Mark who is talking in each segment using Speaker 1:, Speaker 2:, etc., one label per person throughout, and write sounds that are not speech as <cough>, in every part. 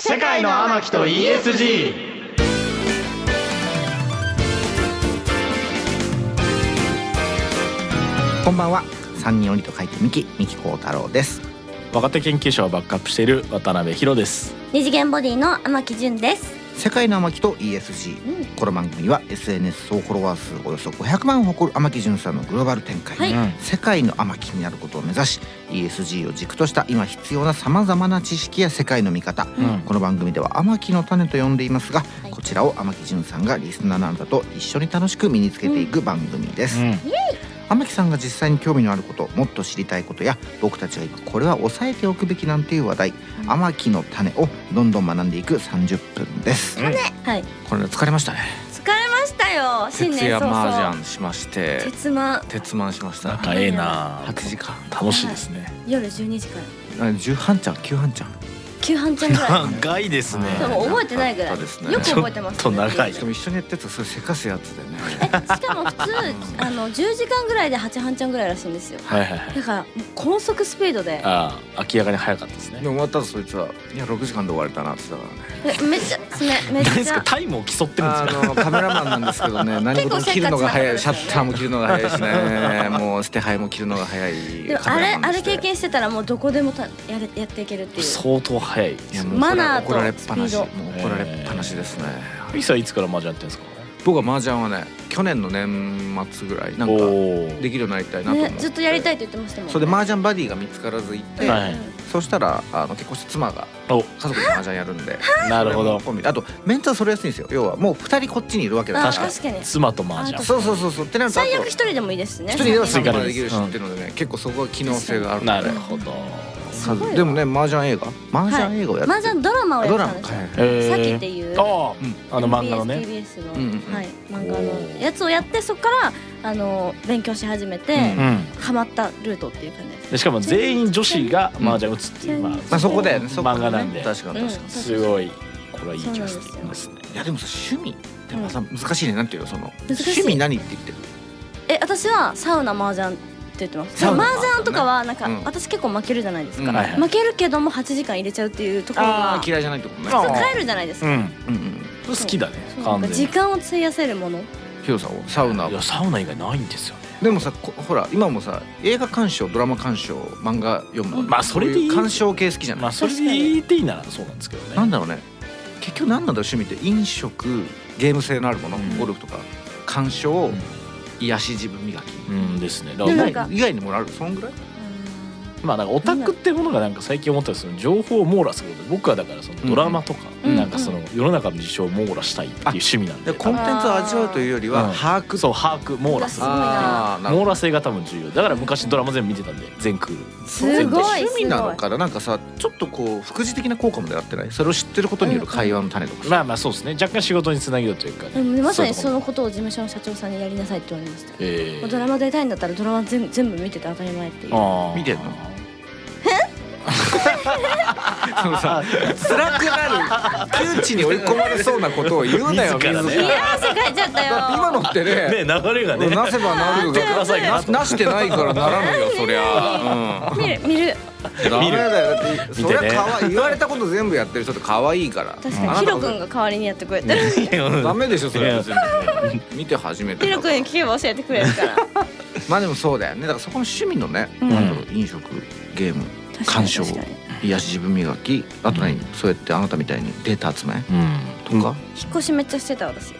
Speaker 1: 世界の天木と ESG
Speaker 2: こんばんは三人鬼と書いてミキミキコウ太郎です
Speaker 3: 若手研究者をバックアップしている渡辺博です
Speaker 4: 二次元ボディの天木純です。
Speaker 2: 世界の天木と ESG、
Speaker 4: うん
Speaker 2: この番組は SNS 総フォロワー数およそ500万を誇る天木潤さんのグローバル展開、
Speaker 4: はい
Speaker 3: うん
Speaker 2: 世界の天木になることを目指し ESG を軸とした今必要なさまざまな知識や世界の見方、
Speaker 3: うん
Speaker 2: この番組では「天木の種」と呼んでいますが、
Speaker 4: はい
Speaker 2: こちらを天木潤さんがリスナーのあなたと一緒に楽しく身につけていく番組です、天木さんが実際に興味のあることもっと知りたいことや僕たちが今これは押さえておくべきなんていう話題「
Speaker 4: うん
Speaker 2: 天木の種」をどんどん学んでいく30分です、
Speaker 3: うん
Speaker 4: はい。
Speaker 2: これ疲れましたね
Speaker 4: 疲れましたよ。新
Speaker 5: 徹
Speaker 4: 年
Speaker 5: 夜
Speaker 4: 早々。
Speaker 5: 麻雀しまして
Speaker 4: 鉄マ
Speaker 5: 徹マンしまし
Speaker 3: な
Speaker 5: た
Speaker 3: んかええな
Speaker 5: 8時間
Speaker 3: 楽しいですね
Speaker 4: 夜12時から
Speaker 2: 10半ちゃん9半ちゃん
Speaker 4: 9半ちゃん
Speaker 5: <laughs>
Speaker 4: ぐらい。
Speaker 3: 長いですね
Speaker 4: でも覚えてないぐら
Speaker 5: 長かっ
Speaker 4: い。
Speaker 5: たですね
Speaker 4: よく覚えてます、ね。
Speaker 3: ちょっと長い
Speaker 5: しかも一緒にやったやつはそれせかすやつで
Speaker 4: え
Speaker 5: ね
Speaker 4: しかも普通あの10時間ぐらいで8半ちゃんぐらいらしいんですよ。
Speaker 3: はいはいはい
Speaker 4: だからもう高速スピードで
Speaker 3: ああ明らかに早かったです
Speaker 5: で
Speaker 3: ね
Speaker 5: も終わったらそいつはいや6時間で終われたなって言ってたからね
Speaker 4: えめっちゃ
Speaker 5: <laughs>
Speaker 4: 爪め
Speaker 3: 何
Speaker 4: っ
Speaker 3: で
Speaker 4: ち
Speaker 3: すか
Speaker 4: ゃ。
Speaker 3: タイムを競ってるんです
Speaker 5: あ
Speaker 3: か
Speaker 5: のカメラマンなんですけど
Speaker 4: <laughs>
Speaker 5: ね何事も切るのが早い
Speaker 4: 結
Speaker 5: シ
Speaker 4: 構
Speaker 5: ャ
Speaker 4: せっかちな方です
Speaker 5: ッター
Speaker 4: ね
Speaker 5: も切るのが早いしねもう捨て牌も切るのが早い
Speaker 4: でも
Speaker 5: カ
Speaker 4: あ
Speaker 5: メ
Speaker 4: れ
Speaker 5: ラマ
Speaker 4: あ
Speaker 5: ンで
Speaker 4: れ
Speaker 5: して
Speaker 4: 経験してたらもうどこでもたやれやっていけるっていう。
Speaker 3: 相当早いです
Speaker 5: いや
Speaker 3: ね
Speaker 5: もうこれは
Speaker 4: マナーと
Speaker 5: 怒られっぱなし
Speaker 4: スピ
Speaker 5: もう
Speaker 4: ー
Speaker 5: 怒られっぱなしですね
Speaker 3: ミキさんいつから麻雀やってるんですか
Speaker 5: 僕は麻雀はね去年の年末ぐらいなんか
Speaker 3: お
Speaker 5: で
Speaker 3: ー
Speaker 5: きるようになりたいなと思っ
Speaker 4: ね
Speaker 5: て
Speaker 4: ずっとやりたいと言ってましたもん、ね。
Speaker 5: それで麻雀バディが見つからず行って、
Speaker 3: はい
Speaker 5: そしたらあの結婚した妻が
Speaker 3: お
Speaker 5: 家族で麻雀やるんで
Speaker 3: <laughs> なるほど
Speaker 2: あとメンツはそれ安いんですよ要はもう2人こっちにいるわけ
Speaker 4: うん
Speaker 2: だ
Speaker 4: あ
Speaker 3: 確かに
Speaker 4: 確かに。
Speaker 3: 妻と麻雀
Speaker 2: そうそうそうそうってなるとあと
Speaker 4: 最悪一人でもいいですね。
Speaker 5: 一人では
Speaker 3: 追
Speaker 5: 参
Speaker 3: 加
Speaker 5: 加
Speaker 3: で
Speaker 5: もで
Speaker 3: でき
Speaker 5: き
Speaker 3: る
Speaker 5: る
Speaker 3: し
Speaker 5: し
Speaker 3: うん
Speaker 5: っていうのでね結構そこは機能性がある
Speaker 3: な
Speaker 5: の
Speaker 3: る
Speaker 5: で
Speaker 3: ほど
Speaker 4: すごいわ
Speaker 5: でもね麻雀映画
Speaker 2: 麻雀映画をやる
Speaker 4: 麻雀ドラマをや
Speaker 2: ド
Speaker 4: っ
Speaker 2: ラ
Speaker 4: た
Speaker 2: マ
Speaker 4: んですよ。
Speaker 3: え
Speaker 4: さっきっ
Speaker 3: ー
Speaker 4: ていう。
Speaker 3: あ
Speaker 5: うん
Speaker 3: ああの漫画の
Speaker 4: TBS
Speaker 3: ね
Speaker 4: TBS の、
Speaker 5: うんうんうん
Speaker 4: はい、漫画
Speaker 3: お
Speaker 4: の
Speaker 3: ー
Speaker 4: やつをやってそこからあの勉強し始めて、
Speaker 5: うん
Speaker 3: うん
Speaker 4: ハマったルートっていう感じです。
Speaker 3: でしかも全員女子が麻雀打つっていうま
Speaker 4: うん
Speaker 5: まあ
Speaker 3: あ
Speaker 5: そこだよねそこ
Speaker 3: 漫画なんで
Speaker 5: 確かに確かに、
Speaker 3: すごいこれはいい気がしていますね
Speaker 5: いやでもさ趣味ってまた難しいねなんていうのその
Speaker 4: 難しい
Speaker 5: 趣味何って言ってる
Speaker 4: え私はサウナ麻雀って言ってます。
Speaker 5: サウナ
Speaker 4: 麻雀とかはなんか、
Speaker 5: うん
Speaker 4: 私結構負けるじゃないですか。
Speaker 5: うん
Speaker 3: はいはい
Speaker 4: 負けるけども8時間入れちゃうっていうところ
Speaker 5: あ
Speaker 4: が
Speaker 5: あ嫌いじゃないってことね
Speaker 4: そう帰るじゃないです
Speaker 3: う
Speaker 4: か。
Speaker 3: ん
Speaker 5: うんうん
Speaker 3: 好きだね
Speaker 4: そうなん
Speaker 3: 完全
Speaker 4: か時
Speaker 3: に
Speaker 4: 間を費やせるもの。
Speaker 5: ヒロさんはサウナ
Speaker 3: いやサウナ以外ないんですよね
Speaker 5: でもさこほら今もさ映画鑑賞ドラマ鑑賞漫画読むの
Speaker 3: まあそれでい
Speaker 5: こう
Speaker 3: い
Speaker 5: う鑑賞系好きじゃない、
Speaker 3: まあそれで言っていいならそうなんですけどね
Speaker 5: なんだろうね結局何なんだろう趣味って飲食ゲーム性のあるもの、
Speaker 3: うん
Speaker 5: ゴルフとか鑑賞、
Speaker 3: ん
Speaker 5: 癒し自分磨き
Speaker 3: うんですねだか
Speaker 4: で
Speaker 3: ら
Speaker 4: もなんか
Speaker 5: 以外にもらるそんぐらい
Speaker 3: まあなんかオタクってものがなんか最近思ったその情報を網羅することで僕はだからそのドラマとか
Speaker 4: うん
Speaker 3: なんかその世の中の事象を網羅したいっていう趣味なん
Speaker 5: で
Speaker 3: で
Speaker 5: コンテンツを味わうというよりは
Speaker 3: うん
Speaker 5: 把握
Speaker 3: そう把握網羅する
Speaker 4: ごいな
Speaker 5: ーなるほ
Speaker 3: 網
Speaker 5: ど
Speaker 3: 羅性が多分重要だから昔ドラマ全部見てたんで全クール
Speaker 4: すごい
Speaker 5: 趣味なのかななんかさちょっとこう副次的な効果も狙ってないそれを知ってることによる会話の種とかさ、
Speaker 3: まあまあそうですね若干仕事につなげようというかね
Speaker 4: うんまさにそ
Speaker 3: い
Speaker 4: う
Speaker 3: う
Speaker 4: の
Speaker 3: とこ
Speaker 4: ことを事務所の社長さんにやりなさいって言われました。
Speaker 3: え
Speaker 4: もう
Speaker 3: ー
Speaker 4: ドラマ出たいんだったらドラマ全全部見てて当たり前っていう。
Speaker 3: あー
Speaker 5: 見てんの <laughs> そのさ辛くなる窮地に追い込まれそうなことを言うなよ
Speaker 3: 自らね
Speaker 5: 自
Speaker 4: い
Speaker 5: ら
Speaker 4: やー世界ちゃったよ
Speaker 5: だって今のってね
Speaker 3: ね流れがね
Speaker 5: なせばなる
Speaker 3: 見てください
Speaker 5: ななしてないからならぬよそりゃ、うん、
Speaker 4: 見る見る
Speaker 5: ダメだよだって
Speaker 3: 見
Speaker 5: そ
Speaker 3: て
Speaker 5: り
Speaker 3: ね
Speaker 5: ゃかわ言われたこと全部やってる人って可愛いから
Speaker 4: 確
Speaker 5: あな
Speaker 4: かに
Speaker 5: た
Speaker 4: ヒロ君が代わりにやってくれてる
Speaker 5: ダメでしょそれ
Speaker 3: い
Speaker 5: は
Speaker 3: や
Speaker 5: 別に見て初めて
Speaker 4: ヒ
Speaker 5: だ
Speaker 4: ロ
Speaker 5: から
Speaker 4: 君に聞けば教えてくれるから
Speaker 5: まあでもそうだよねだからそこの趣味のね、
Speaker 4: うん
Speaker 5: なんだろう飲食ゲーム鑑賞
Speaker 4: 確かに
Speaker 5: 癒し自分磨きあと何、そうやってあなたみたいにデータ集め
Speaker 3: うん
Speaker 5: とか、
Speaker 4: 引っ越しめっちゃしてた私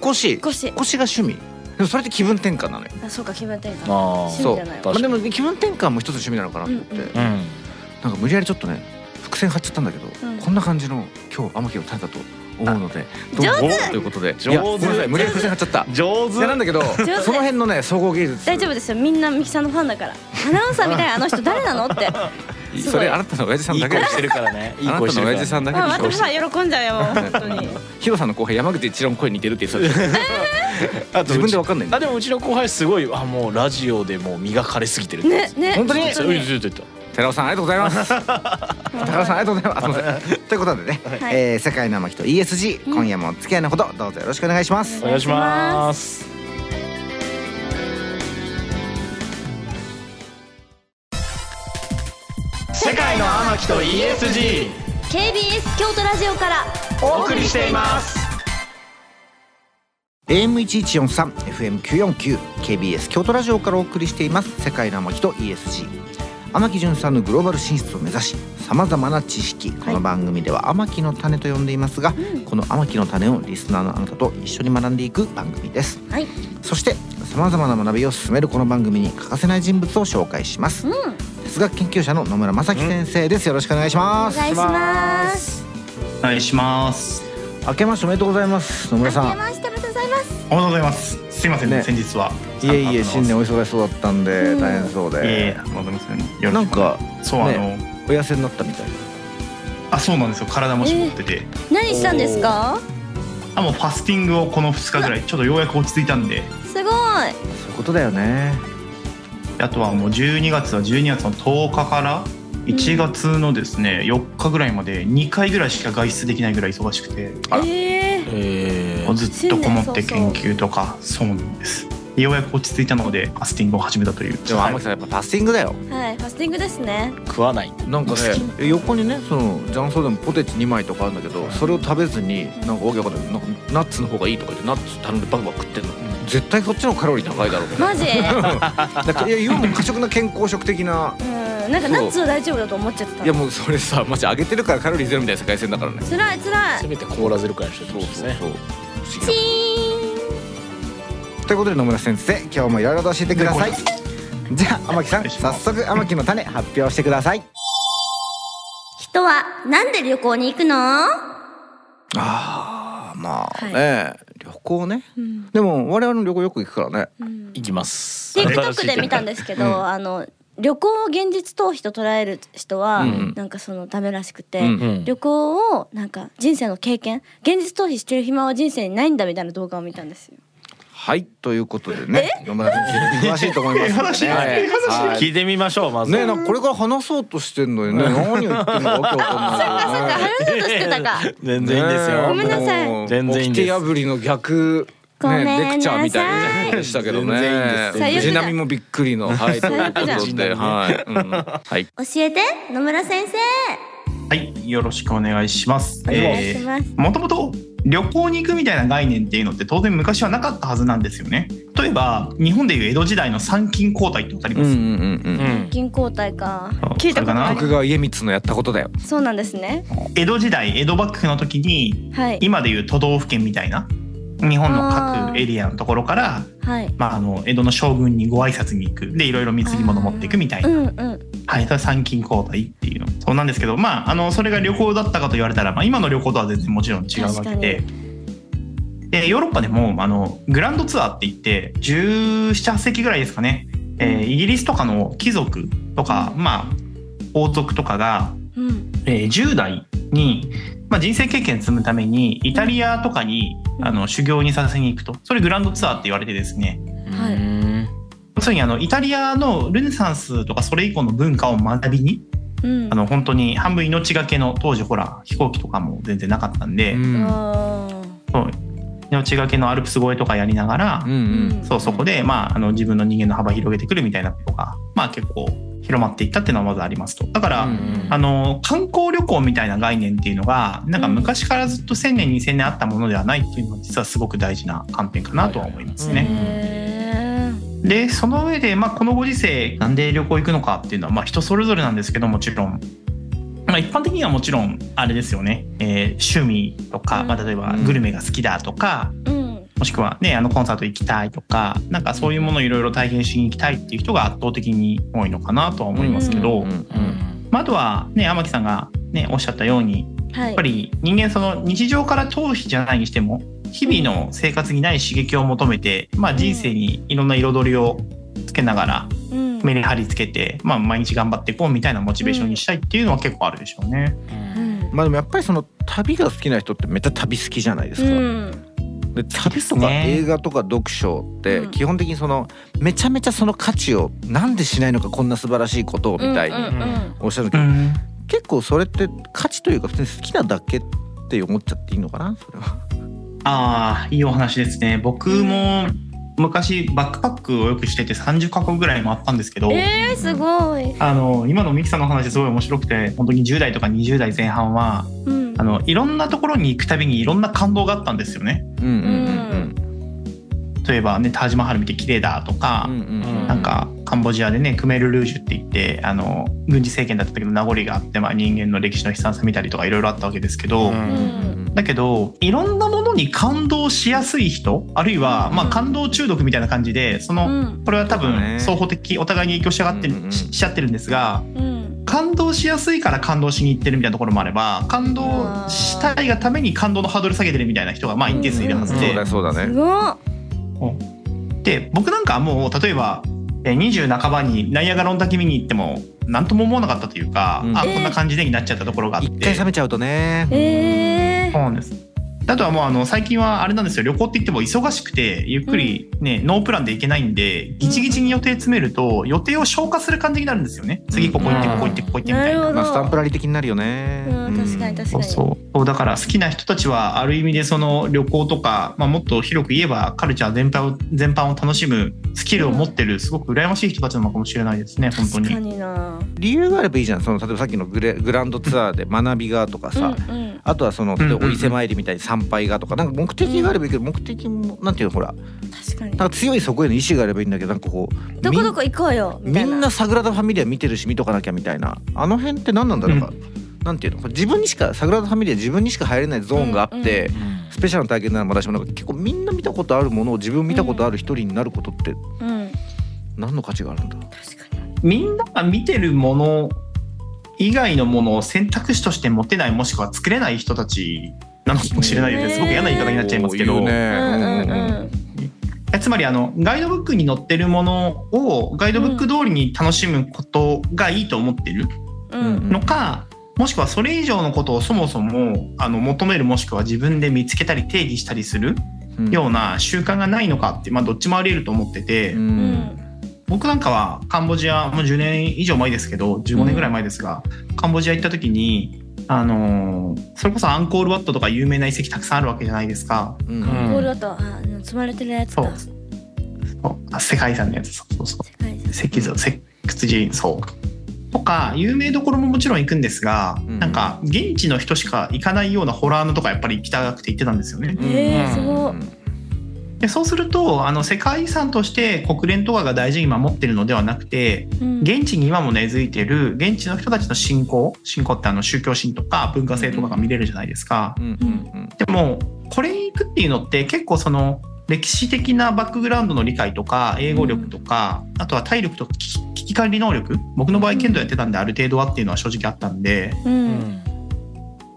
Speaker 5: 腰引っ
Speaker 4: 越し
Speaker 5: 越しが趣味でもそれって気分転換なのよ
Speaker 4: あそうか気分転換
Speaker 3: あー
Speaker 4: 趣味
Speaker 5: そう
Speaker 4: じゃないわ
Speaker 5: まあ、でも気分転換も一つ趣味なのかなと思って、
Speaker 4: うんうん
Speaker 3: う
Speaker 5: なん
Speaker 3: ん
Speaker 5: か無理やりちょっとね伏線張っちゃったんだけど、
Speaker 4: うん
Speaker 5: こんな感じの今日天木の種だと思うので
Speaker 4: 上手
Speaker 5: どうもということで
Speaker 3: 上手
Speaker 5: いやごめんなさい無理やり伏線張っちゃった
Speaker 3: 上
Speaker 5: いやなんだけどそ
Speaker 4: 手
Speaker 5: の辺のね総合芸術
Speaker 4: 大丈夫ですよみんなミキさんのファンだからアナウンサーみたいなあの人誰なのってすごい
Speaker 5: それあなたの親父さん
Speaker 3: いい
Speaker 5: だけ
Speaker 3: 声
Speaker 5: で
Speaker 3: してるからね <laughs> いい
Speaker 5: あなた
Speaker 3: 声して
Speaker 5: の
Speaker 3: るか
Speaker 5: 親
Speaker 3: ら
Speaker 5: 父さんだけで
Speaker 4: あ
Speaker 5: しょ
Speaker 4: 私さ喜んじゃうよもう本当に
Speaker 5: ヒロさんの後輩山口一郎の声似てるって言ってた
Speaker 4: <laughs>
Speaker 5: でしょ
Speaker 3: あとうち
Speaker 5: 自分でわかんないんだ
Speaker 3: あでもうちの後輩すごいあもうラジオでもう磨かれすぎてるって言っ
Speaker 4: ね
Speaker 3: て
Speaker 4: ね
Speaker 5: 本当に
Speaker 3: たそううずっと言って
Speaker 5: 寺尾さんありがとうございます
Speaker 4: 高
Speaker 2: 高田さんありがとうございますあすいませんということでね、
Speaker 4: はい
Speaker 2: えー世界の天木と ESG、今夜もお付き合いのほどどうぞよろしくお願いします
Speaker 3: たお願いします
Speaker 1: 世界の天木と ESG
Speaker 4: KBS 京都ラジオから
Speaker 6: お送りしています。
Speaker 5: AM1143 FM949 KBS 京都ラジオからお送りしています世界の天木と ESG 天木純さんのグローバル進出を目指しさまざまな知識この番組では天木の種と呼んでいますが、この天木の種をリスナーのあなたと一緒に学んでいく番組です
Speaker 4: はい
Speaker 5: そしてさまざまな学びを進めるこの番組に欠かせない人物を紹介します、
Speaker 4: ん
Speaker 5: 哲学研究者の野村正樹先生です、よろしくお願いし
Speaker 4: お
Speaker 5: ます
Speaker 4: 願いします
Speaker 6: お願いします。
Speaker 5: 明けましておめでとうございます野
Speaker 4: 明
Speaker 5: 村
Speaker 4: け
Speaker 5: さん
Speaker 4: ましておめでとうございます
Speaker 6: おめでとうございます。すいませんね、
Speaker 5: ね
Speaker 6: 先日は。
Speaker 5: いえいえ新年
Speaker 6: を。い
Speaker 5: お忙しそうだったんで
Speaker 4: うん
Speaker 5: 大変そうで、
Speaker 6: えいえ、おめでとうございますよね。よろ
Speaker 5: な
Speaker 6: し
Speaker 5: ん
Speaker 6: く
Speaker 5: か
Speaker 6: そう、あの
Speaker 5: ね、お痩せになったみたい
Speaker 6: あ、そうなんですよ。体も絞ってて。
Speaker 4: 何したんですか
Speaker 6: あ、もうファスティングをこの2日ぐらい、ちょっとようやく落ち着いたんで。
Speaker 4: すごい
Speaker 5: なそういうことだよね
Speaker 6: あとはもう12月は12月の10日から1月のですね、4日ぐらいまで2回ぐらいしか外出できないぐらい忙しくて、
Speaker 4: え
Speaker 3: え
Speaker 6: もうずっとこもって研究とか、そうなんです。ようやく落ち着いたので、ファスティングを始めたという。
Speaker 5: でも天木さんやっぱファスティングだよ
Speaker 4: ー、はいファスティングですね
Speaker 3: ー、食わない
Speaker 5: なんかね横にねその雀荘でもポテチ2枚とかあるんだけどそれを食べずになんかわけわかんないなんかナッツの方がいいとか言ってナッツ頼んでバクバク食ってんの絶対こっちの方がカロリー高いだろうみたい <laughs>
Speaker 4: マジ
Speaker 5: なだからいや今も過食な健康食的な
Speaker 4: うんなんかナッツは大丈夫だと思っちゃってた
Speaker 5: いやもうそれさマジ上げてるからカロリーゼロみたいな世界線だからね
Speaker 4: つらいつらい
Speaker 3: せめて凍らせるくらいにしてほしいですね
Speaker 5: そう
Speaker 4: チーン
Speaker 5: ということで野村先生今日もいろいろと教えてください
Speaker 6: でこ
Speaker 5: じゃあ天木さん
Speaker 6: お願いしま
Speaker 5: 早
Speaker 6: す
Speaker 5: 速天木の種発表してください
Speaker 4: 人はなんで旅行に行くの
Speaker 5: ああまあね、旅行ね
Speaker 4: うん
Speaker 5: でも我々の旅行よく行くからね
Speaker 4: うん
Speaker 3: 行きます。
Speaker 4: TikTok で見たんですけど、
Speaker 5: うん
Speaker 4: あの旅行を現実逃避と捉える人は、
Speaker 5: うん
Speaker 4: なんかそのダメらしくて、
Speaker 5: うん
Speaker 3: うん
Speaker 4: 旅行をなんか人生の経験現実逃避してる暇は人生にないんだみたいな動画を見たんですよ。
Speaker 5: はいということでね野村先生詳しいと思いますんでねはい
Speaker 3: 聞いてみましょうまず。
Speaker 5: ねえなんかこれから話そうとしてんのにね何を言ってんのかわけわかん
Speaker 4: <laughs>
Speaker 5: ない
Speaker 4: なんか話そうとしてたか。
Speaker 3: 全然いいんです
Speaker 5: ねえ
Speaker 3: よ。
Speaker 4: ごめんなさい
Speaker 5: もう
Speaker 3: 全然いいん
Speaker 5: 起
Speaker 3: です
Speaker 5: きて破りの逆
Speaker 4: ごめんなさ
Speaker 5: ね
Speaker 4: い
Speaker 5: レクチャーみたいなでしたけどね
Speaker 3: 全然いいんです
Speaker 4: 最悪だ
Speaker 5: 藤波もびっくりのはいということ
Speaker 4: 最悪
Speaker 5: で
Speaker 3: だ
Speaker 5: はいうんはい
Speaker 4: <laughs> 教えて野村先生。
Speaker 6: はい、よろしくお願いします。
Speaker 4: お願いします。
Speaker 6: もともと旅行に行くみたいな概念っていうのって当然昔はなかったはずなんですよね。例えば日本でいう江戸時代の参勤交代ってわかり
Speaker 5: うん
Speaker 6: ま
Speaker 5: うん
Speaker 6: す。
Speaker 5: うんうん
Speaker 3: ん
Speaker 4: 銀交代か
Speaker 6: あ。
Speaker 4: 聞いたことあ
Speaker 6: それ
Speaker 4: る。
Speaker 5: 徳川家光のやったことだよ
Speaker 4: そうなんですね。
Speaker 6: 江戸時代江戸幕府の時に
Speaker 4: はい
Speaker 6: 今でいう都道府県みたいな日本の各エリアのところから
Speaker 4: はい。
Speaker 6: まあ、あの江戸の将軍にご挨拶に行くでいろいろ貢ぎ物持っていくみたいうな、
Speaker 4: んうん。
Speaker 6: はい、それは参勤交代っていうのそうなんですけど、まあ、あのそれが旅行だったかと言われたら、まあ、今の旅行とは全然もちろん違うわけで。でヨーロッパでもあのグランドツアーって言って1718席ぐらいですかね、えーイギリスとかの貴族とか、まあ、王族とかが、
Speaker 4: うん。
Speaker 6: えー10代に、まあ、人生経験積むためにイタリアとかに、
Speaker 4: うん
Speaker 6: あの修行にさせに行くとそれグランドツアーって言われてですね
Speaker 4: はい
Speaker 3: うん
Speaker 6: 要するにあのイタリアのルネサンスとかそれ以降の文化を学びに
Speaker 4: うん。
Speaker 6: あの本当に半分命がけの当時ほら飛行機とかも全然なかったんで、
Speaker 5: うん
Speaker 4: あ
Speaker 6: そう命がけのアルプス越えとかやりながら、
Speaker 5: うんう
Speaker 4: ーうんん。
Speaker 6: そうそこで、まあ、あの自分の人間の幅広げてくるみたいなことが、まあ、結構広まっていったっていうのはまずありますと。だから、
Speaker 5: うん
Speaker 6: あの観光旅行みたいな概念っていうのがなんか昔からずっと1,000年2,000年あったものではないっていうのは実はすごく大事な観点かなとは思いますね。
Speaker 4: へー
Speaker 6: でその上で、まあ、このご時世なんで旅行行くのかっていうのは、まあ、人それぞれなんですけどもちろん、まあ、一般的にはもちろんあれですよね、えー趣味とか、
Speaker 4: うん
Speaker 6: まあ、例えばグルメが好きだとか、
Speaker 4: うん。
Speaker 6: もしくは、ね、あのコンサート行きたいとかなんかそういうものをいろいろ体験しに行きたいっていう人が圧倒的に多いのかなとは思いますけど、
Speaker 5: うんうん
Speaker 6: まあ、あとは、ね、天木さんが、ね、おっしゃったように
Speaker 4: はい。
Speaker 6: やっぱり人間その日常から逃避じゃないにしても日々の生活にない刺激を求めて、まあ、人生にいろんな彩りをつけながら
Speaker 4: うん。
Speaker 6: 目に貼り付けて、まあ、毎日頑張っていこうみたいなモチベーションにしたいっていうのは結構あるでしょうね。
Speaker 4: うん。
Speaker 5: まあでもやっぱりその旅が好きな人ってめっちゃ旅好きじゃないです
Speaker 4: う
Speaker 5: か。
Speaker 4: ん。
Speaker 5: で旅
Speaker 6: す
Speaker 5: とか
Speaker 6: ね
Speaker 5: 映画とか読書って
Speaker 4: うん
Speaker 5: 基本的にそのめちゃめちゃその価値をなんでしないのかこんな素晴らしいことをみたい
Speaker 4: うん
Speaker 5: に
Speaker 4: うんうん
Speaker 5: おっしゃるけ
Speaker 6: う
Speaker 5: ど、
Speaker 6: ん
Speaker 5: 結構それって価値というか普通に好きなだけって思っちゃっていいのかなそれは。
Speaker 6: ああいいお話ですね僕も昔バックパックをよくしてて30カ国ぐらい回ったんですけど、
Speaker 4: えー、すごい。
Speaker 6: あの今のミキさんの話すごい面白くて本当に10代とか20代前半は
Speaker 4: うん
Speaker 6: あ。のいろんなところに行くたびにいろんな感動があったんですよね。
Speaker 1: うんうん
Speaker 6: 例えばねタージマハル見て綺麗だとか、
Speaker 1: うんうん
Speaker 3: うん
Speaker 6: なんかカンボジアでねクメルルージュって言ってあの軍事政権だった時の名残があって、まあ、人間の歴史の悲惨さ見たりとかいろいろあったわけですけど、
Speaker 3: うん
Speaker 4: うん
Speaker 6: だけどいろんなものに感動しやすい人あるいは、まあ、感動中毒みたいな感じでその、
Speaker 4: うん
Speaker 6: これは多
Speaker 1: そうだね
Speaker 6: 分双方的お互いに影響し上がってる、
Speaker 1: うんうん
Speaker 6: ししちゃってるんですが
Speaker 4: うん
Speaker 6: 感動しやすいから感動しに行ってるみたいなところもあれば感動したいがために感動のハードル下げてるみたいな人がまあ一定数いるはずで。
Speaker 1: そうだそうだ
Speaker 4: す
Speaker 1: ね
Speaker 4: ごい。
Speaker 6: で僕なんかはもう例えばえー20半ばにナイアガロン滝見に行っても何とも思わなかったというか、
Speaker 1: うん
Speaker 6: あ
Speaker 4: えー
Speaker 6: こんな感じでになっちゃったところがあって、
Speaker 5: 一回冷めちゃうとね
Speaker 4: え
Speaker 6: そう
Speaker 4: ー。
Speaker 6: なんですあとはもうあの最近はあれなんですよ旅行って言っても忙しくてゆっくり、ねノープランで行けないんでギチギチに予定詰めると予定を消化する感じになるんですよね次ここ行って
Speaker 3: うん
Speaker 6: ここ行ってここ行ってみ
Speaker 4: な
Speaker 6: たい
Speaker 4: る
Speaker 6: な。
Speaker 4: ほ
Speaker 5: まあ、スタンプ
Speaker 4: ど。
Speaker 5: ラリー的になるよね。
Speaker 4: うん、確かに確か
Speaker 6: そ
Speaker 4: に。
Speaker 6: うそうそうだから好きな人たちはある意味でその旅行とか、まあ、もっと広く言えばカルチャー全般を全般を楽しむスキルを持ってるすごく羨ましい人たちなのかもしれないですね本当
Speaker 4: 確か
Speaker 6: に。
Speaker 4: にな。
Speaker 5: 理由があればいいじゃん。その例えばさっきのグレグランドツアーで学びがとかさ。
Speaker 4: うんうん。
Speaker 5: あとはその例えば
Speaker 6: うんうんう
Speaker 5: お
Speaker 6: ん
Speaker 5: 伊勢参りみたいに参拝がとかなんか目的があればいいけど目的もなんていうのほら
Speaker 4: 確かに。
Speaker 5: なんか強いそこへの意志があればいいんだけどなんかこう
Speaker 4: どこどこ行こうよみた
Speaker 5: み
Speaker 4: いな。
Speaker 5: んなサグラダ・ファミリア見てるし見とかなきゃみたいなあの辺って何なんだろうか、なんていうのこれ自分にしかサグラダ・ファミリア自分にしか入れないゾーンがあって、
Speaker 4: うんう
Speaker 5: スペシャルな体験ならまだしもなんか結構みんな見たことあるものを自分見たことある一人になることって
Speaker 4: うん。
Speaker 5: 何の価値があるんだろう
Speaker 4: 確かに。
Speaker 6: みんなが見てるもの以外のものを選択肢として持てないもしくは作れない人たちなのかもしれないですねすごく嫌な言い方になっちゃいますけど。
Speaker 5: 多いよ
Speaker 4: う
Speaker 5: ね
Speaker 4: んうん
Speaker 5: うん
Speaker 4: うん。
Speaker 6: えつまりあのガイドブックに載ってるものをガイドブック通りに楽しむことがいいと思ってる
Speaker 4: うん
Speaker 6: のか、もしくはそれ以上のことをそもそもあの求めるもしくは自分で見つけたり定義したりする
Speaker 5: うん
Speaker 6: ような習慣がないのかって、まあ、どっちもあり得ると思ってて、
Speaker 5: うん
Speaker 4: うん。
Speaker 6: 僕なんかはカンボジアもう10年以上前ですけど15年ぐらい前ですが、カンボジア行った時に、あのーそれこそアンコールワットとか有名な遺跡たくさんあるわけじゃないですか。
Speaker 5: うん
Speaker 4: ゴールだとあの積まれてるやつだ。
Speaker 6: そあ世界遺産のやつそうそうそう
Speaker 4: 世界遺産
Speaker 6: 石像石人像とか有名どころももちろん行くんですが、
Speaker 5: うん
Speaker 6: なんか現地の人しか行かないようなホラーのとかやっぱり行きたくて行ってたんですよね。
Speaker 4: えー、すごい。
Speaker 6: でそうするとあの世界遺産として国連とかが大事に守ってるのではなくて
Speaker 4: うん
Speaker 6: 現地に今も根付いてる現地の人たちの信仰信仰ってあの宗教心とか文化性とかが見れるじゃないですか。
Speaker 5: うんうん
Speaker 6: でもこれに行くっていうのって結構その歴史的なバックグラウンドの理解とか英語力とか、あとは体力とか危機危機管理能力僕の場合剣道やってたんである程度はっていうのは正直あったんで
Speaker 4: うん。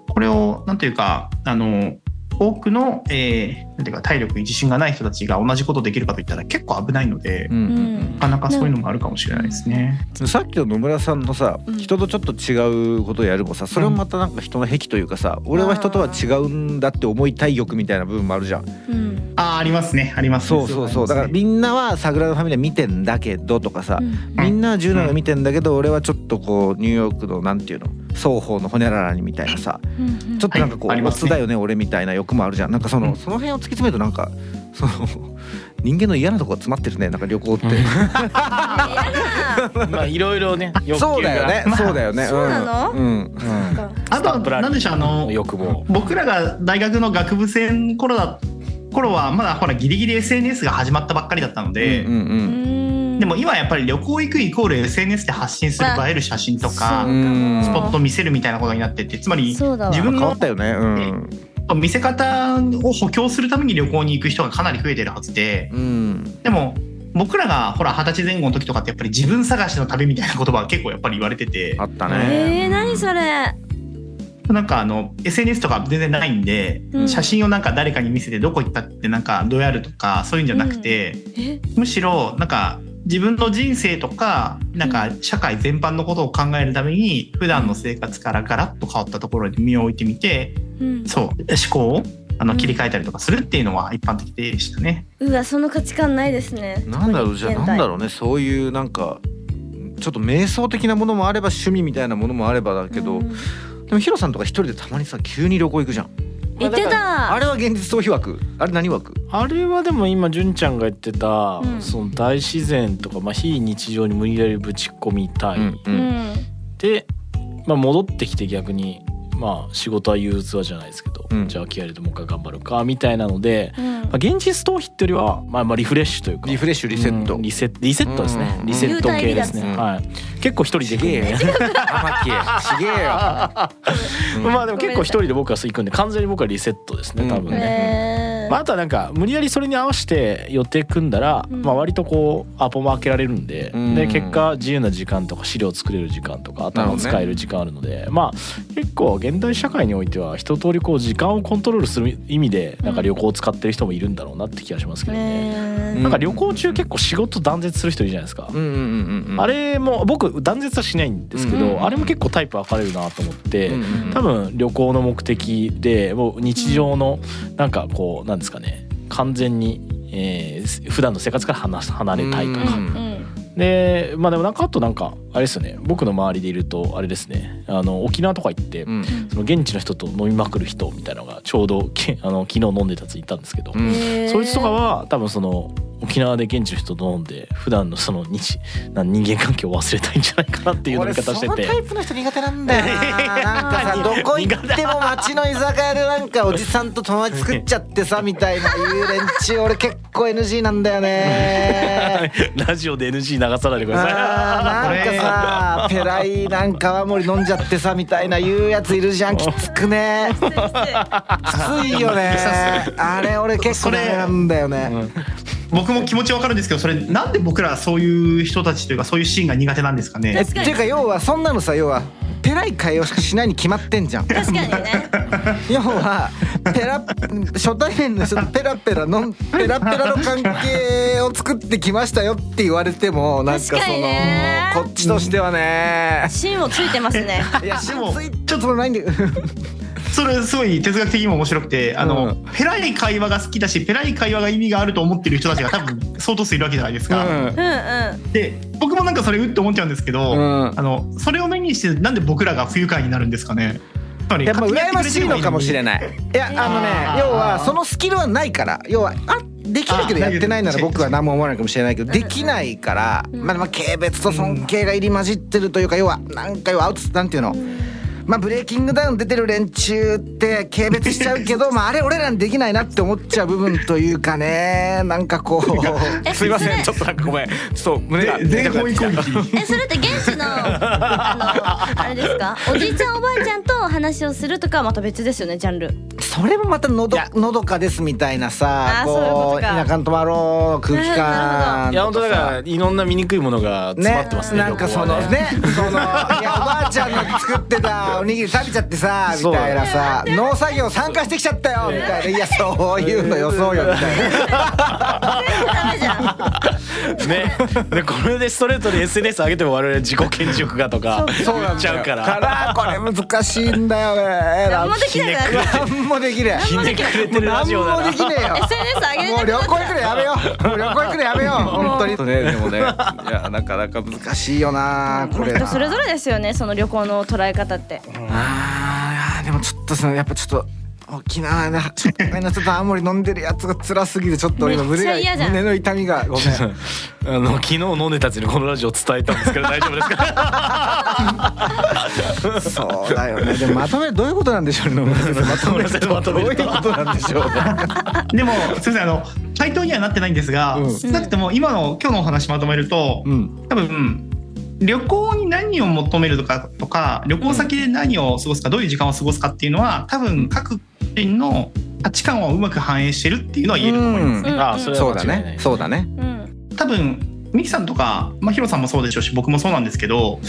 Speaker 6: これをなんというかあの多くの、えーなんていうか体力に自信がない人たちが同じことできるかといったら結構危ないので、
Speaker 5: うん
Speaker 4: う
Speaker 5: うん
Speaker 4: ん
Speaker 6: なかなかそういうのもあるかもしれないですね。
Speaker 5: うんさっきの野村さんのさ
Speaker 4: うん
Speaker 5: 人とちょっと違うことをやるもさそれもまたなんか人の癖というかさ俺は人とは違うんだって思いたい欲みたいな部分もあるじゃん
Speaker 4: うん。
Speaker 6: あーありますねありますね
Speaker 5: そうそうそうだから
Speaker 6: すごいありますね
Speaker 5: みんなは「サグラダ・ファミリア」見てんだけどとかさ
Speaker 4: うん
Speaker 5: みんなは17見てんだけど俺はちょっとこうニューヨークのなんていうの双方のほにゃららにみたいなさ
Speaker 4: うん
Speaker 5: ちょっとなんかこう、
Speaker 6: はいあり
Speaker 5: オ
Speaker 6: ますね
Speaker 5: スだよね俺みたいな欲もあるじゃんなんかその、
Speaker 6: うん
Speaker 5: その辺を突き詰めるとなんかその人間の嫌なとこが詰まってるねなんか旅行って、
Speaker 3: まあいろいろね欲求が
Speaker 5: <laughs> そうだよね、
Speaker 6: まあ
Speaker 5: そうだよね、ん
Speaker 4: そうなの
Speaker 5: うん
Speaker 3: うん
Speaker 6: あとはなんでしょうあの
Speaker 3: 欲望
Speaker 6: 僕らが大学の学部生頃だ頃はまだほらギリギリ SNS が始まったばっかりだったので、
Speaker 5: うんうん
Speaker 4: ん
Speaker 6: でも今やっぱり旅行行くイコール SNS で発信する
Speaker 4: あ
Speaker 6: 映える写真と
Speaker 4: そう
Speaker 6: か
Speaker 5: うん
Speaker 6: スポット見せるみたいなことになってってつまり
Speaker 4: そうだわ
Speaker 6: 自
Speaker 5: まあ
Speaker 6: 分
Speaker 5: 変わ
Speaker 6: の
Speaker 5: ったよねうん、
Speaker 6: 見せ方を補強するために旅行に行く人がかなり増えてるはずで
Speaker 5: うん、
Speaker 6: でも僕らがほら二十歳前後の時とかってやっぱり自分探しの旅みたいな言葉が結構やっぱり言われてて
Speaker 5: あったね、
Speaker 4: えー、何それ
Speaker 6: なんかあの SNS とか全然ないんで、
Speaker 4: うん
Speaker 6: 写真をなんか誰かに見せてどこ行ったってなんかどうやるとかそういうんじゃなくて、
Speaker 4: え
Speaker 6: むしろなんか自分の人生とかなんか社会全般のことを考えるために普段の生活からガラッと変わったところに身を置いてみて
Speaker 4: うん
Speaker 6: そう思考をあ
Speaker 4: う
Speaker 6: の
Speaker 4: ん
Speaker 6: 切り替えたりとかするっていうのは一般的でしたね。
Speaker 4: うわその価値観ないですね
Speaker 5: なんだろうじゃあなんだ
Speaker 4: ろ
Speaker 5: ろうねそういうなんかちょっと瞑想的なものもあれば趣味みたいなものもあればだけど、でもヒロさんとか一人でたまにさ急に旅行行くじゃん
Speaker 4: 言ってた
Speaker 7: あれは現実逃避枠あれ何枠
Speaker 3: あれはでも今純ちゃんが言ってた、
Speaker 4: うん
Speaker 3: その大自然とか、まあ、非日常に無理やりぶち込みたい、
Speaker 7: うんう
Speaker 4: うんん
Speaker 3: で、まあ、戻ってきて逆に、まあ、仕事は憂鬱はじゃないですけど、
Speaker 7: うん
Speaker 3: じゃあ気合入れてもう一回頑張るかみたいなので、
Speaker 4: うん
Speaker 3: まあ、現実逃避っていうよりは、まあ、まあリフレッシュというか
Speaker 7: リフレッシュリセット
Speaker 3: うんリセットリセットですね、
Speaker 7: うん
Speaker 3: リセット系ですね、
Speaker 7: 幽体離脱
Speaker 3: はい、結構一人で行くんで
Speaker 5: 天木ちげえよ
Speaker 7: うん
Speaker 3: <laughs> まあでも結構一人で僕は行くんで完全に僕はリセットですね多分ね、
Speaker 4: えー
Speaker 3: まあ、あとはなんか無理やりそれに合わせて予定組んだら、
Speaker 4: うん
Speaker 3: まあ、割とこうアポも開けられるんで,、
Speaker 7: うん
Speaker 3: で結果自由な時間とか資料作れる時間とか頭を使える時間あるのでまあ結構現代社会においては一通りこう時間をコントロールする意味でなんか旅行を使ってる人もいるんだろうなって気がしますけどね。
Speaker 4: え
Speaker 7: ー
Speaker 3: なんか旅行中結構仕事断絶する人いるじゃないですか。
Speaker 7: うんうんうんうん
Speaker 3: あれも僕断絶はしないんですけど、
Speaker 7: うん
Speaker 3: あれも結構タイプ分かれるなと思って、
Speaker 7: うんうんうん
Speaker 3: 多分旅行の目的でもう日常のなんかこうなんですかね完全に。えー普段の生活から離離れたいと
Speaker 4: ー
Speaker 3: か、
Speaker 7: うん
Speaker 3: でまあでもなんかあとなんかあれですよね僕の周りでいるとあれですねあの沖縄とか行って、
Speaker 7: うん
Speaker 3: その現地の人と飲みまくる人みたいなのがちょうどけ <laughs> あの昨日飲んでたやついたんですけど、
Speaker 7: うん
Speaker 3: そいつとかは多分その沖縄で現地の人と飲んで普段のその日 <laughs> なん人間関係を忘れたいんじゃないかなっていう飲み方してて
Speaker 7: 俺そのタイプの人苦手なんだよななんかさどこ行っても街の居酒屋でなんかおじさんと友達作っちゃってさみたいな言う連中俺結構 NG なんだ
Speaker 3: <laughs>
Speaker 7: よね
Speaker 3: <laughs> ラジオで NG 流さないでくださ
Speaker 7: あーなんかさペライなんか泡盛飲んじゃってさみたいな言うやついるじゃんきつくねきついよねあれ俺結構
Speaker 6: それ
Speaker 7: ダメなんだよ
Speaker 3: い。
Speaker 7: ね
Speaker 3: うん
Speaker 6: 僕も気持ちわかるんですけどそれなんで僕らそういう人たちというかそういうシーンが苦手なんですか
Speaker 7: えっ
Speaker 6: ね
Speaker 7: ていうか要はそんなのさ要はペライ会話しないに決まってんじゃん
Speaker 4: 確かにね
Speaker 7: 要はペラ初対面の人とペラペラのペラペラの関係を作ってきましたよって言われてもなんかその
Speaker 4: 確かにね
Speaker 7: こっちとしてはね、
Speaker 4: 芯をついてますね
Speaker 7: いや
Speaker 6: で
Speaker 7: 芯
Speaker 6: も
Speaker 7: ついちょっとないんで <laughs>
Speaker 6: それすごい哲学的にも面白くてあの、
Speaker 7: う
Speaker 6: ペラい会話が好きだしペラい会話が意味があると思ってる人たちが多分相当数いるわけじゃないですか。
Speaker 4: うんうん
Speaker 6: で僕もなんかそれうって思っちゃうんですけど、
Speaker 7: うん
Speaker 6: あのそれを目にしてなんで僕らが不愉快になるんですかね。つまり
Speaker 7: やっぱ羨ましいのかもしれ
Speaker 6: い。
Speaker 7: ないいやあのね
Speaker 6: あー
Speaker 7: 要はそのスキルはないから要はあできるけどやってないなら
Speaker 6: あー
Speaker 7: 僕は何も思わないかもしれないけどできないから
Speaker 4: うん
Speaker 7: まあまあ軽蔑と尊敬が入り混じってるというか要はなんか要はアウトなんていうのまあ、ブレイキングダウン出てる連中って軽蔑しちゃうけどまああれ俺らにできないなって思っちゃう部分というかねなんかこう
Speaker 4: え
Speaker 5: すいませんち
Speaker 4: そ
Speaker 5: ょっとなんかごめんちょっと胸が
Speaker 6: で全方位攻撃。
Speaker 4: れえそれって現地のあのあれですかおじいちゃんおばあちゃんと話をするとかはまた別ですよねジャンル
Speaker 7: それもまたのどのどかですみたいな
Speaker 4: あ
Speaker 7: さ
Speaker 4: ーそういうことか
Speaker 7: 田舎に泊まろうの空気感
Speaker 3: いや本当だからいろんな醜いものが詰まってますね。
Speaker 7: なんかその
Speaker 3: 旅行は
Speaker 7: ねそ
Speaker 4: <laughs>
Speaker 7: のいやおばあちゃんの作ってたおにぎり食べちゃってさみたいなさ農作業参加してきちゃったよみたいないやそういうの予想よみたいな。
Speaker 4: ダメじゃん
Speaker 3: ね。でこれでストレートで SNS 上げても我々自己顕示欲がとか
Speaker 7: そうな
Speaker 3: 言
Speaker 7: んだよ
Speaker 3: っちゃうか。
Speaker 7: かららこれ難しいんだよね
Speaker 4: 何もできなくなる
Speaker 7: 何もできない
Speaker 3: ひねくれてるラ
Speaker 7: 何
Speaker 3: ジオだ
Speaker 7: も
Speaker 3: な
Speaker 7: で。きねえよ
Speaker 4: SNS 上げ
Speaker 7: もう
Speaker 4: れ
Speaker 7: 旅
Speaker 4: な
Speaker 7: 行
Speaker 4: くな
Speaker 7: 行くのやめようもう旅行行くのやめよう本当に
Speaker 5: ちょっとねで <laughs> もねいやなかなか難しい
Speaker 7: 難しいよなこ
Speaker 4: まあ
Speaker 7: れ
Speaker 4: 人それぞれですよねその旅行の捉え方って
Speaker 7: あーでもちょっとそのやっぱちょっと沖縄の初回の人と青森飲んでるやつが辛すぎてちょっと俺の
Speaker 4: めっ
Speaker 7: 胸
Speaker 4: <laughs> ちゃ
Speaker 7: が
Speaker 4: 嫌じゃん
Speaker 7: 胸の痛みがごめん
Speaker 3: あの昨日飲んでたちにこのラジオ伝えたんですけど大丈夫ですか？
Speaker 7: <laughs> そうだよねでもまとめどういうことなんでしょうね野村先生まとめると
Speaker 3: <laughs> まとめ
Speaker 7: どういう
Speaker 3: ると
Speaker 7: ことなんでしょうね
Speaker 6: でもすみませんあの対等にはなってないんですが、
Speaker 7: うん
Speaker 6: 少なくとも今の今日のお話まとめると、
Speaker 7: うん
Speaker 6: 多分旅行に何を求めるとかとか旅行先で何を過ごすか、どういう時間を過ごすかっていうのは多分各人の価値観をうまく反映してるっていうのは言えると思います、
Speaker 7: うん
Speaker 4: ん
Speaker 3: あそれ
Speaker 7: そう
Speaker 3: は
Speaker 7: だ
Speaker 3: 間違いな
Speaker 7: ね
Speaker 3: い。
Speaker 7: そうだね
Speaker 4: うん
Speaker 6: 多分ミキさんとか、まあ、ヒロさんもそうでしょうし僕もそうなんですけど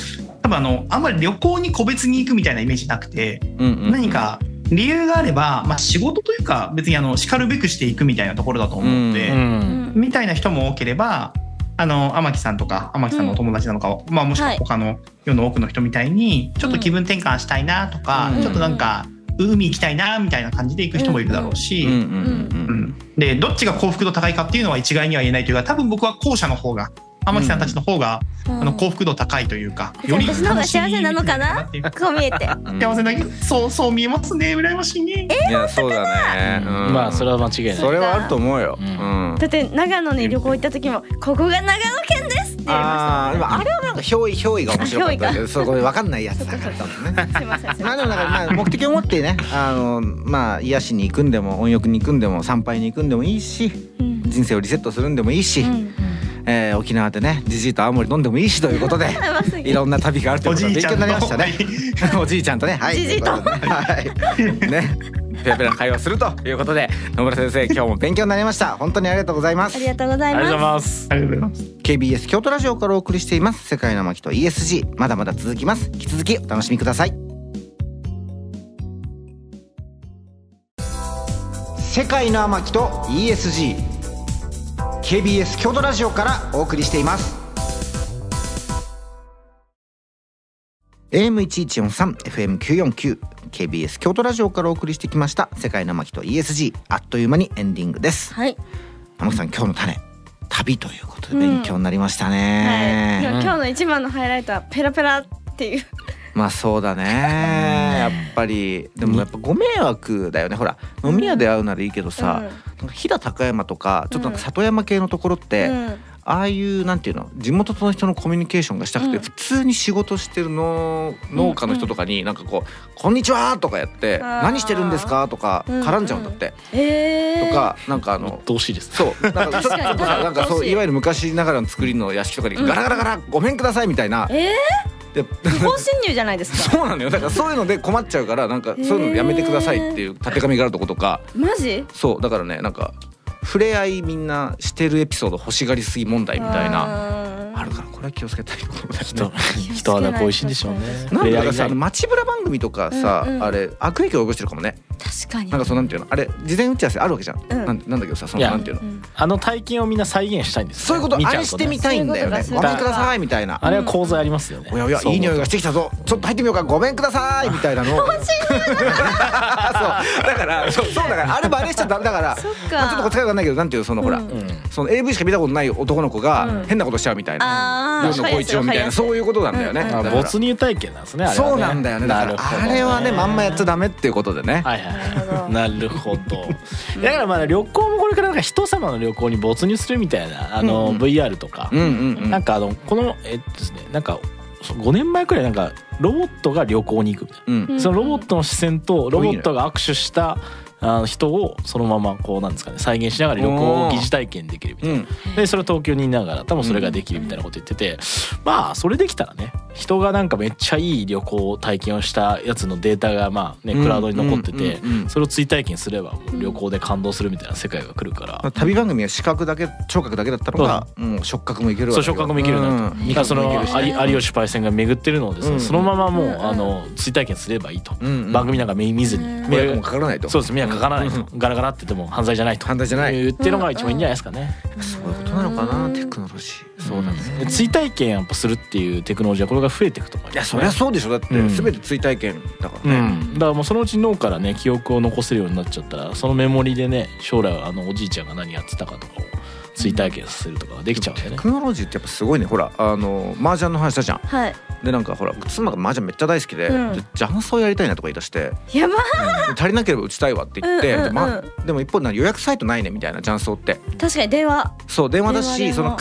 Speaker 6: 多分あのあんまり旅行に個別に行くみたいなイメージなくて、
Speaker 7: うんうん
Speaker 6: 何か理由があれば、まあ、仕事というか別にあの叱るべくしていくみたいなところだと思うので。
Speaker 7: う
Speaker 3: うん。
Speaker 6: みたいな人も多ければあの天木さんとか天木さんのお友達なのか、まあ、もしくは
Speaker 4: はい
Speaker 6: 他の世の多くの人みたいにちょっと気分転換したいなとか、
Speaker 7: うん
Speaker 6: ちょっとなんか海行きたいなみたいな感じで行く人もいるだろうし、
Speaker 7: う
Speaker 6: うんん
Speaker 7: うんうんうん
Speaker 6: でどっちが幸福度高いかっていうのは一概には言えないというか多分僕は後者の方が天木さんたちの方が、
Speaker 4: うん
Speaker 6: あの幸福度高いというか、
Speaker 4: じゃあ私の方が幸せなのかな
Speaker 6: 楽しい
Speaker 4: こう見えて
Speaker 6: 幸せだけどそうそう見えますね羨ましいね
Speaker 1: いやそうだね、うん
Speaker 3: まあそれは間違いない
Speaker 1: それはあると思うよ、
Speaker 3: うん
Speaker 1: うん
Speaker 4: だって長野に旅行行った時も「ここが長野県です」って言いま
Speaker 5: ああーでもあれはなんか憑依憑依が面白かったけどそこ分かんないやつだから多分ね
Speaker 4: したすいませんすい
Speaker 5: まあ
Speaker 4: ま
Speaker 5: で
Speaker 4: せん
Speaker 5: もなんかまあ目的を持ってねあのまあ癒しに行くんでも温浴に行くんでも参拝に行くんでもいいし
Speaker 4: うん
Speaker 5: 人生をリセットするんでもいいし、
Speaker 4: うん
Speaker 5: えー沖縄でねじじいと青森飲んでもいいしということで
Speaker 4: うますぎる
Speaker 5: いろんな旅があるという
Speaker 6: お
Speaker 5: ことが
Speaker 6: じい
Speaker 5: 勉
Speaker 6: ち
Speaker 5: 強
Speaker 6: ゃ
Speaker 5: に
Speaker 6: ん
Speaker 5: な
Speaker 6: と
Speaker 5: りましたねおじいちゃんとねはい
Speaker 4: じじいと
Speaker 5: うことではいねペラペラ会話するということで野村先生今日も勉強になりました本当にありがとうございます
Speaker 4: ありがとうござい
Speaker 3: ありがとうござい
Speaker 4: ま
Speaker 3: ます
Speaker 6: ありがとうございます
Speaker 5: KBS 京都ラジオからお送りしています世界の巻と ESG まだまだ続きます引き続きお楽しみください世界の巻と ESG KBS 京都ラジオからお送りしています AM1143 FM949 KBS 京都ラジオからお送りしてきました世界の巻と ESG あっという間にエンディングです
Speaker 4: すはい
Speaker 5: 玉木さん今日の種旅ということで勉強になりましたね
Speaker 4: は、いでも今日の一番のハイライトはペラペラっていう
Speaker 5: まあそうだねやっぱりでもやっぱご迷惑だよねほら飲み屋で会うならいいけどさ、なんか飛騨高山とかちょっとなんか里山系のところっ
Speaker 4: う
Speaker 5: て、
Speaker 4: ん
Speaker 5: ああいうなんていうの地元との人のコミュニケーションがしたくて、
Speaker 4: うん
Speaker 5: 普通に仕事してるの農家の人とかになんかこう「こんにちは」とかやって「
Speaker 4: あー
Speaker 5: 何してるんですか?」とか
Speaker 4: うん
Speaker 5: 絡んじゃうんだって、
Speaker 4: えー
Speaker 5: とかなんかあの
Speaker 3: どうしいです
Speaker 5: そうなんかちょっと
Speaker 4: 確かに
Speaker 5: さなんかそ
Speaker 4: 楽
Speaker 5: う
Speaker 4: しい
Speaker 5: いわゆる昔ながらの作りの屋敷とかにガラガラガラごめんくださいみたいな
Speaker 4: え
Speaker 5: で
Speaker 4: ー、不法侵入じゃないですか
Speaker 5: <laughs> そうなのよだからそういうので困っちゃうからなんかそういうのやめてくださいっていうたてがみがあるとことか
Speaker 4: マジ
Speaker 5: そうだからねなんか触れ合いみんなしてるエピソード欲しがりすぎ問題みたいな
Speaker 4: な
Speaker 5: あるからこれは気をつけたいことだよ
Speaker 3: 人
Speaker 5: ね。
Speaker 3: 人肌恋しいんでしょうね
Speaker 5: なんだか
Speaker 3: 恋
Speaker 5: さあの
Speaker 3: 愛ない
Speaker 5: 街ぶら番組とかさ、
Speaker 4: うんうん
Speaker 5: あれ悪影響を及ぼしてるかもね
Speaker 4: 確かに
Speaker 5: なんかそうなんていうのあれ事前打ち合わせあるわけじゃん、
Speaker 4: うん
Speaker 5: なんなんだけどさそ
Speaker 3: い
Speaker 5: の
Speaker 3: や
Speaker 5: なんていうの
Speaker 4: うん
Speaker 3: あの体験をみんな再現したいんですね
Speaker 5: そういうこと
Speaker 3: 見
Speaker 5: あ
Speaker 3: ちゃ
Speaker 5: れ
Speaker 3: う
Speaker 5: し
Speaker 3: と
Speaker 5: て
Speaker 3: ね
Speaker 5: みたいんだよね
Speaker 4: そうい
Speaker 5: ご
Speaker 4: うこ
Speaker 5: め
Speaker 4: とだ
Speaker 5: んくださいみたいな
Speaker 3: あれは講座ありますよね
Speaker 5: おやおや
Speaker 3: そう
Speaker 5: いい
Speaker 3: 思う
Speaker 5: 匂
Speaker 3: と
Speaker 5: いがしてきたぞちょっと入ってみようかごめんくださいみたいな
Speaker 4: <laughs>
Speaker 5: の <laughs> そうだからそうそうだからあれバレしちゃダメだから
Speaker 4: そっか
Speaker 5: まあ、ちょっとこっちからわかんないけどなんていうそのほら、
Speaker 4: うん
Speaker 3: うん
Speaker 5: その AV しか見たことない男の子が
Speaker 4: うん
Speaker 5: 変なことしちゃうみたいな
Speaker 4: あ、ー
Speaker 5: 夜の小一郎みたいな
Speaker 4: わかります
Speaker 5: そういうことなんだよね、
Speaker 4: うんうん
Speaker 5: だ
Speaker 3: あ
Speaker 5: から
Speaker 3: 没入体験なんですねあれはね
Speaker 5: そうなんだよねだか
Speaker 3: なるほ
Speaker 5: ら
Speaker 3: ど
Speaker 5: あれはねまんまやっちゃダメっていうことでね、
Speaker 3: はいは
Speaker 4: ほ
Speaker 3: い
Speaker 4: ど
Speaker 3: なるほどだからまあ旅行もこれからなんか人様の旅行に没入するみたいなあの VR とか
Speaker 5: うんうんうん
Speaker 3: なんかあのこのえっとですねなんかそう5年前くらいなんかロボットが旅行に行くみたい
Speaker 5: うん
Speaker 4: うん
Speaker 3: なそのロボットの視線とロボットが握手したあの人をそのままこうなんですかね再現しながら旅行を疑似体験できるみたいな
Speaker 5: うん
Speaker 3: でそれを東京にいながら多分それができるみたいなこと言ってて、まあそれできたらね人がなんかめっちゃいい旅行を体験をしたやつのデータがまあね
Speaker 5: うん
Speaker 3: クラウドに残ってて、
Speaker 5: うんうんうん
Speaker 3: それを追体験すればもう旅行で感動するみたいな世界が来るから。
Speaker 5: 旅番組は視覚だけ聴覚だけだったのがもう触覚もいけるわ
Speaker 3: そう
Speaker 5: けよ
Speaker 3: 触覚もいけるようにな
Speaker 5: う
Speaker 3: る
Speaker 5: ん
Speaker 3: と、だからそ
Speaker 5: 味覚もいけ
Speaker 3: の
Speaker 5: るし
Speaker 3: 有有吉パイセンが巡ってるのをですね、
Speaker 5: うん
Speaker 3: そのままもう、
Speaker 4: うん
Speaker 3: あの追体験すればいいと、
Speaker 5: うんうん
Speaker 3: 番組なんか見見ずに、
Speaker 4: うん
Speaker 5: 迷惑もかからないと
Speaker 3: そうです迷惑かからないと、ガラガラって言っても犯罪じゃないと
Speaker 5: 犯罪じゃない
Speaker 3: 言ってのが一番いいんじゃないですかね、
Speaker 5: そういうことなのかなテクノロジーそうだね
Speaker 3: うん追体験やっぱするっていうテクノロジーはこれが増えていくと思います、
Speaker 5: いやそりゃそうでしょだって
Speaker 3: うん
Speaker 5: 全て追体験だから
Speaker 3: う
Speaker 5: ね、
Speaker 3: ん、だからもうそのうち脳からね記憶を残せるようになっちゃったらそのメモリでね将来あのおじいちゃんが何やってたかとかを追体験するとかができちゃうんだよ
Speaker 5: テ
Speaker 3: ね。
Speaker 5: クノロジーってやっぱすごいねほらあの麻雀の話したじゃん
Speaker 4: はい
Speaker 5: でなんかほら妻が麻雀めっちゃ大好きで
Speaker 4: うん
Speaker 5: で雀荘やりたいなとか言い出して
Speaker 4: やば
Speaker 5: 足りなければ打ちたいわって言って
Speaker 4: うんうんう
Speaker 5: で
Speaker 4: ん
Speaker 5: までも一方で予約サイトないねみたいな雀荘って
Speaker 4: 確かに電話
Speaker 5: そう電話だし
Speaker 4: 電話電
Speaker 5: そ
Speaker 4: 話
Speaker 5: の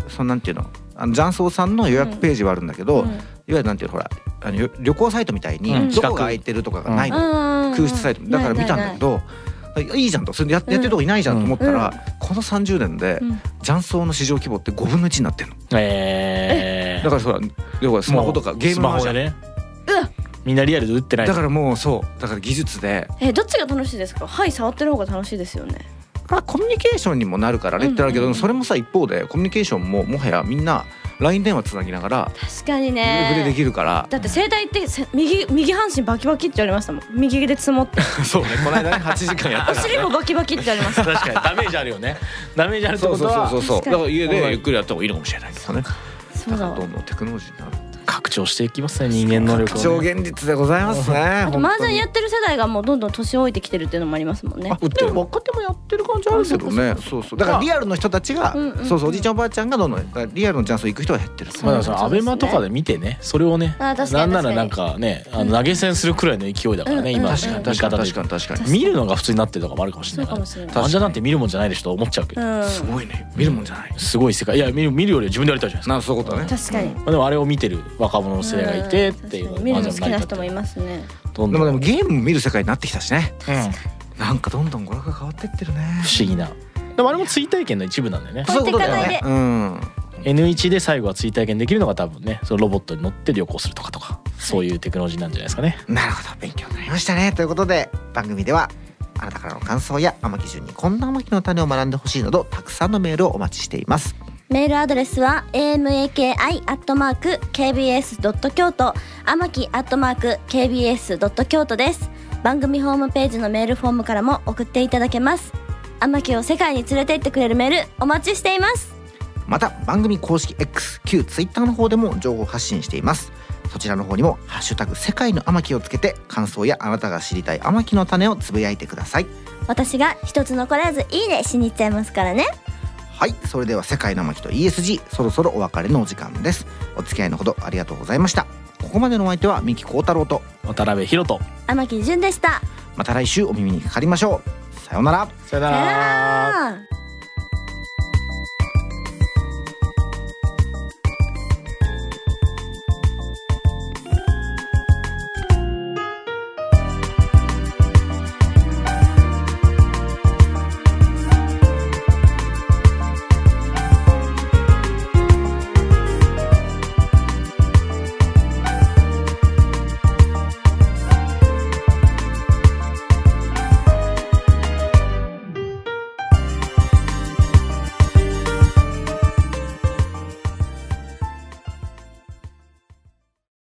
Speaker 5: 各そのなんていうのあの雀荘さんの予約ページはあるんだけど、
Speaker 4: うん
Speaker 5: いわゆるなんていうのほらあのよ旅行サイトみたい
Speaker 3: うん
Speaker 5: にどこが空いてるとかがないのよ、空
Speaker 4: 空
Speaker 5: 室サイトだから見たんだけどいいじゃんとそれでやってやってるとこいないじゃんと思ったら、この30年で
Speaker 4: うん
Speaker 5: 雀荘の市場規模って5分の1になってるの
Speaker 3: えー、
Speaker 5: だからそら要はスマホとかゲーム
Speaker 3: も
Speaker 5: の
Speaker 3: うス
Speaker 5: 話
Speaker 3: マホでね
Speaker 4: うわ
Speaker 3: みんなリアルで打ってない
Speaker 5: だからもうそうだから技術で
Speaker 4: えどっちが楽しいですかはい触ってる方が楽しいですよね
Speaker 5: まあコミュニケーションにもなるからねってあるけ
Speaker 4: うんう
Speaker 5: ど
Speaker 4: んうん
Speaker 5: それもさ一方でコミュニケーションももはやみんな LINE 電話つなぎながら
Speaker 4: 確かに
Speaker 5: ウェブでで
Speaker 4: ね
Speaker 5: きるから
Speaker 4: だって整体ってせ右右半身バキバキって言われましたもん右で積もって
Speaker 5: <laughs> そうねこの
Speaker 7: <laughs>
Speaker 5: 間ね8時間やっ
Speaker 4: お尻もバキバキって言われました
Speaker 3: 確かにダメージあるよねダメージあるって
Speaker 5: そ
Speaker 3: こ
Speaker 5: う
Speaker 3: と
Speaker 5: そう
Speaker 3: は
Speaker 5: そうそう
Speaker 4: 確
Speaker 5: だ
Speaker 4: かに
Speaker 5: から家でゆっくりやった方がいいのかもしれないけどね
Speaker 4: そ
Speaker 5: だ
Speaker 4: うだ
Speaker 5: から
Speaker 4: わ
Speaker 5: どんどんテクノロジーになる
Speaker 3: か拡張していきますね人間能力
Speaker 5: 拡張
Speaker 3: をね、
Speaker 5: 現実でございますね。
Speaker 4: あと麻雀やってる世代がもうどんどん年老いてきてるっていうのもありますもんね
Speaker 7: あ。打って
Speaker 3: で
Speaker 7: る
Speaker 3: も若手もやってる感じあ
Speaker 7: あ
Speaker 3: る
Speaker 7: る
Speaker 3: け
Speaker 7: け
Speaker 3: ど
Speaker 7: ど
Speaker 3: ね
Speaker 7: ねそうそうだからリアルの人たちが、
Speaker 4: うんうん
Speaker 7: そうそうおじいちゃんおばあちゃんがどんどんだからリアルのチャンス行く人が減ってる
Speaker 4: そう
Speaker 3: まあだからそのアベマとかで見てねそれをね
Speaker 4: あ確かに
Speaker 3: なんならなんかねあの投げ銭するくらいの勢いだからね
Speaker 4: うんうん
Speaker 3: 今
Speaker 4: うん
Speaker 3: の
Speaker 7: 確
Speaker 3: 見
Speaker 7: か
Speaker 3: 方で
Speaker 7: に確かに確かに確かに
Speaker 3: 見るのが普通になってるとかもあるかもし
Speaker 4: そ
Speaker 3: れ
Speaker 4: う
Speaker 3: ない
Speaker 4: か
Speaker 3: か
Speaker 4: も
Speaker 3: ら
Speaker 4: しれない。
Speaker 3: 患者なんて見るもんじゃないでしょと思っちゃうけ
Speaker 4: う
Speaker 3: ど
Speaker 4: ん。
Speaker 7: すごいね見るもんじゃない
Speaker 3: すごい世界いや見る見るより自分でやりたいじゃないですか
Speaker 5: なんかそういうことだね。
Speaker 4: 確かに。
Speaker 3: まあでもあれを見てる若者の世代がいてっていう
Speaker 4: う
Speaker 3: の
Speaker 4: ん確かに見るの好きな人もいますね。
Speaker 3: どん
Speaker 7: で
Speaker 3: どん
Speaker 7: も
Speaker 3: 不
Speaker 7: でもゲーム見る世界になってきたしね
Speaker 5: うん
Speaker 7: なんかどんどん娯楽が変わってってるね
Speaker 3: 思議なでもあれも追体験の一部なんだよね
Speaker 4: 置いてかないで
Speaker 7: そういうことだよね
Speaker 3: N1 で最後は追体験できるのが多分ねそのロボットに乗って旅行するとかとかそういうテクノロジーなんじゃないですかね
Speaker 7: うんなるほど勉強になりましたねということで番組ではあなたからの感想や天木順にこんな天木の種を学んでほしいなどたくさんのメールをお待ちしています
Speaker 4: メールアドレスは amaki.kbs. 京都天木 .kbs. 京都です番組ホームページのメールフォームからも送っていただけます天木を世界に連れて行ってくれるメールお待ちしています
Speaker 7: また番組公式 X 旧 Twitter の方でも情報発信していますそちらの方にも「ハッシュタグ世界のアマキ」をつけて感想やあなたが知りたいアマキの種をつぶやいてください
Speaker 4: 私が一つ残らずいいねしに行っちゃいますからね
Speaker 7: はいそれでは「世界のアマキ」と ESG そろそろお別れのお時間ですお付き合いのほどありがとうございましたここまでのお相手は三木幸太郎と
Speaker 3: 渡辺博人
Speaker 4: 天木純でした
Speaker 7: また来週お耳にかかりましょうさようなら
Speaker 3: さよ
Speaker 4: さよなら